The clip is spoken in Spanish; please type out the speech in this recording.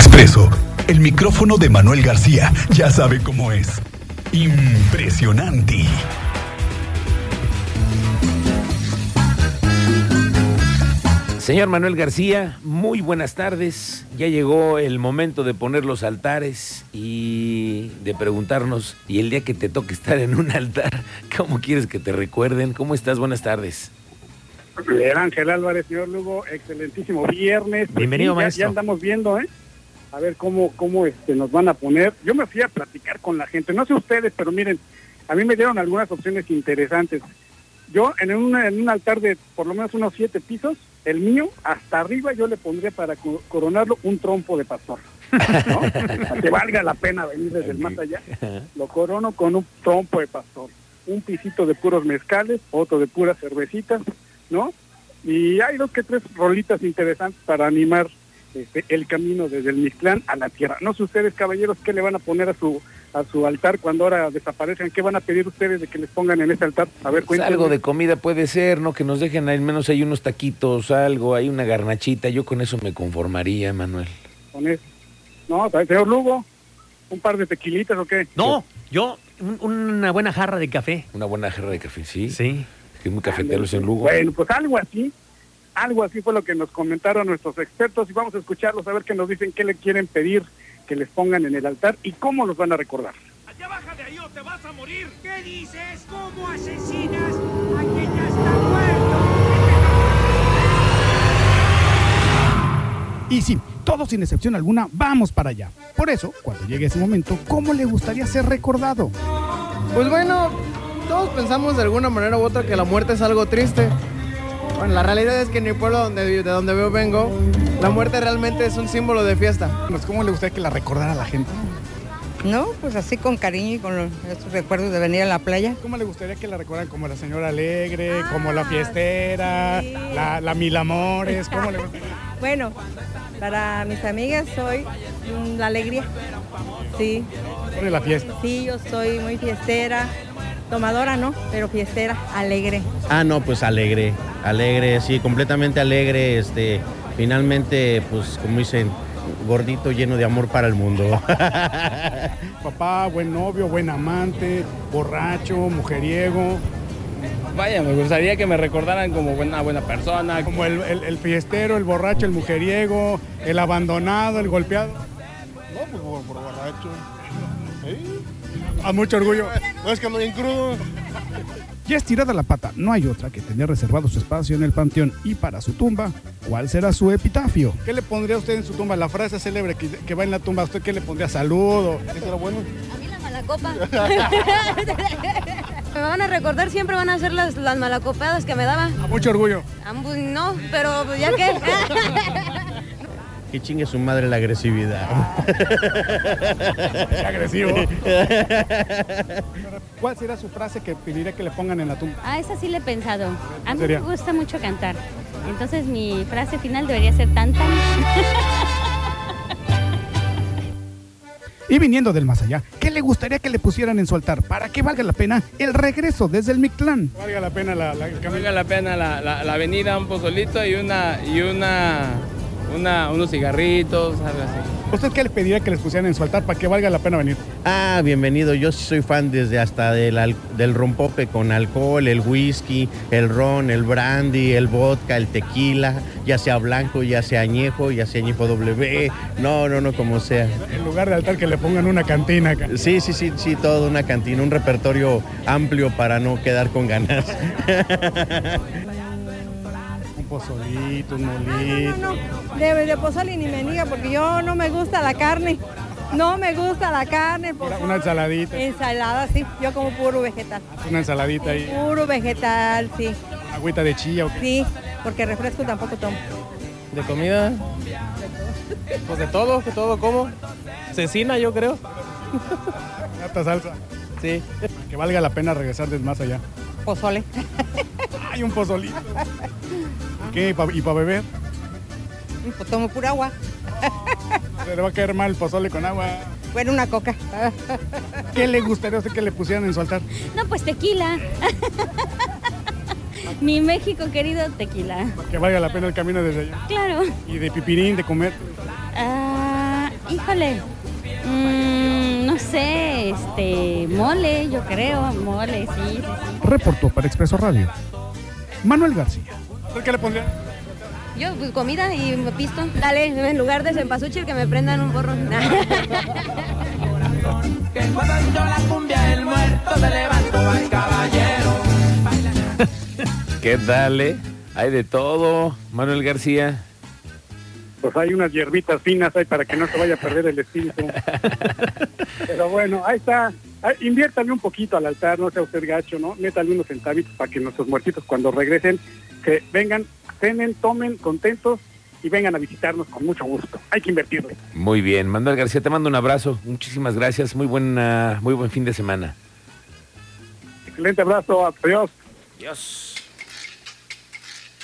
Expreso. El micrófono de Manuel García ya sabe cómo es. Impresionante. Señor Manuel García, muy buenas tardes. Ya llegó el momento de poner los altares y de preguntarnos, y el día que te toque estar en un altar, ¿cómo quieres que te recuerden? ¿Cómo estás? Buenas tardes. Miguel Ángel Álvarez, señor Lugo, excelentísimo viernes. Pues Bienvenido, ya, maestro. ya andamos viendo, ¿eh? A ver cómo, cómo este, nos van a poner. Yo me fui a platicar con la gente. No sé ustedes, pero miren, a mí me dieron algunas opciones interesantes. Yo en, una- en un altar de por lo menos unos siete pisos, el mío, hasta arriba yo le pondría para co- coronarlo un trompo de pastor. ¿no? Para que valga la pena venir desde el más allá. Lo corono con un trompo de pastor. Un pisito de puros mezcales, otro de puras cervecitas, ¿no? Y hay dos que tres rolitas interesantes para animar este, el camino desde el Mixtlán a la tierra. No sé ustedes, caballeros, qué le van a poner a su a su altar cuando ahora desaparezcan. ¿Qué van a pedir ustedes de que les pongan en ese altar? A ver, Pues cuéntenme. algo de comida puede ser, ¿no? Que nos dejen al menos hay unos taquitos, algo, hay una garnachita. Yo con eso me conformaría, Manuel. con eso. No, ¿sabes, señor Lugo? ¿Un par de tequilitas o qué? No, yo un- una buena jarra de café. Una buena jarra de café, sí. Sí. Es que es muy cafetero ese Lugo. Bueno, pues algo así. Algo así fue lo que nos comentaron nuestros expertos y vamos a escucharlos a ver qué nos dicen, qué le quieren pedir que les pongan en el altar y cómo los van a recordar. Allá baja de ahí o te vas a morir. ¿Qué dices? ¿Cómo asesinas a quien ya está muerto? Y sí, todos sin excepción alguna, vamos para allá. Por eso, cuando llegue ese momento, ¿cómo le gustaría ser recordado? Pues bueno, todos pensamos de alguna manera u otra que la muerte es algo triste. Bueno, la realidad es que en mi pueblo donde, vi- de donde yo vengo, la muerte realmente es un símbolo de fiesta. Pues, ¿Cómo le gustaría que la recordara la gente? No, pues así con cariño y con los, estos recuerdos de venir a la playa. ¿Cómo le gustaría que la recordaran como la señora alegre, Ah, como la fiestera, sí. la, la mil amores? ¿Cómo le gustaría? Bueno, para mis amigas soy mm, la alegría. Sí, Sobre la fiesta. sí, yo soy muy fiestera, tomadora no, pero fiestera, alegre. Ah, no, pues alegre, alegre, sí, completamente alegre, este, finalmente, pues como dicen, gordito lleno de amor para el mundo. Papá, buen novio, buen amante, borracho, mujeriego, Vaya, me gustaría que me recordaran como buena, buena persona. como el, el- el fiestero, el borracho, el mujeriego, el abandonado, el golpeado. No, pues por, por borracho. Sí. A mucho orgullo. No, es que ando bien crudo. Ya estirada la pata, no hay otra que tener reservado su espacio en el panteón y para su tumba, ¿cuál será su epitafio? ¿Qué le pondría usted en su tumba? La frase célebre que, que va en la tumba, ¿usted qué le pondría? Saludo. Eso era bueno. A mí la malacopa. me van a recordar, siempre van a ser las, las malacopadas que me daba. A mucho orgullo. Ambos no, pero pues, ya que. que chingue su madre la agresividad. Agresivo. ¿Cuál será su frase que pediría que le pongan en la tumba? A Ah, esa sí le he pensado. A mí Sería. me gusta mucho cantar. Entonces mi frase final debería ser tanta. Y viniendo del más allá, ¿qué le gustaría que le pusieran en su altar para que valga la pena el regreso desde el Mictlán? Valga la pena la, la- el Que camino. valga la pena la, la- la avenida, un pozolito y una, y una, una, unos cigarritos, algo así. ¿Usted qué le pediría que les pusieran en su altar para que valga la pena venir? Ah, bienvenido, yo sí soy fan desde hasta del, al- del rompope con alcohol, el whisky, el ron, el brandy, el vodka, el tequila, ya sea blanco, ya sea añejo, ya sea añejo W, no, no, no, como sea. En lugar de altar que le pongan una cantina. acá. Sí, sí, sí, sí, todo una cantina, un repertorio amplio para no quedar con ganas. Un pozolito, un No, molito. no, no, no, de, de pozole ni me diga porque yo no me gusta la carne. No me gusta la carne, el Una- pozole. Una ensaladita. Ensalada, sí, yo como puro vegetal. Una ensaladita ahí. Puro vegetal, sí, Agüita de chilla o qué. sí, porque refresco tampoco tomo. ¿De comida? Pues de todo, de todo, ¿cómo? Cecina, yo creo. Harta salsa. Sí. Que valga la pena regresar desde más allá. Pozole. Hay un pozolito. ¿Qué? ¿Y para beber? Pues tomo pura agua. Se le va a caer mal el pozole con agua. Bueno, una coca. ¿Qué le gustaría a usted que le pusieran en su altar? No, pues tequila. mi México querido, tequila. Que valga la pena el camino desde allá. Claro. Y de pipirín, de comer. Ah, Híjole, mm, no sé, este, mole, yo creo, mole, sí, sí, sí. Reportó para Expreso Radio. Manuel García. ¿Qué le pondría? Yo, pues, comida y pisto. Dale, en lugar de cempasúchil que me prendan un borro. ¿Qué tal, eh? Hay de todo, Manuel García. Pues hay unas hierbitas finas ahí para que no se vaya a perder el espíritu. Pero bueno, ahí está. Ah, Inviértale un poquito al altar, no sea usted gacho, ¿no? Métale unos centavitos para que nuestros muertitos cuando regresen, que vengan, cenen, tomen contentos y vengan a visitarnos con mucho gusto. Hay que invertirle. Muy bien, Manuel García, te mando un abrazo. Muchísimas gracias. Muy, buena, muy buen fin de semana. Excelente abrazo, adiós. Dios.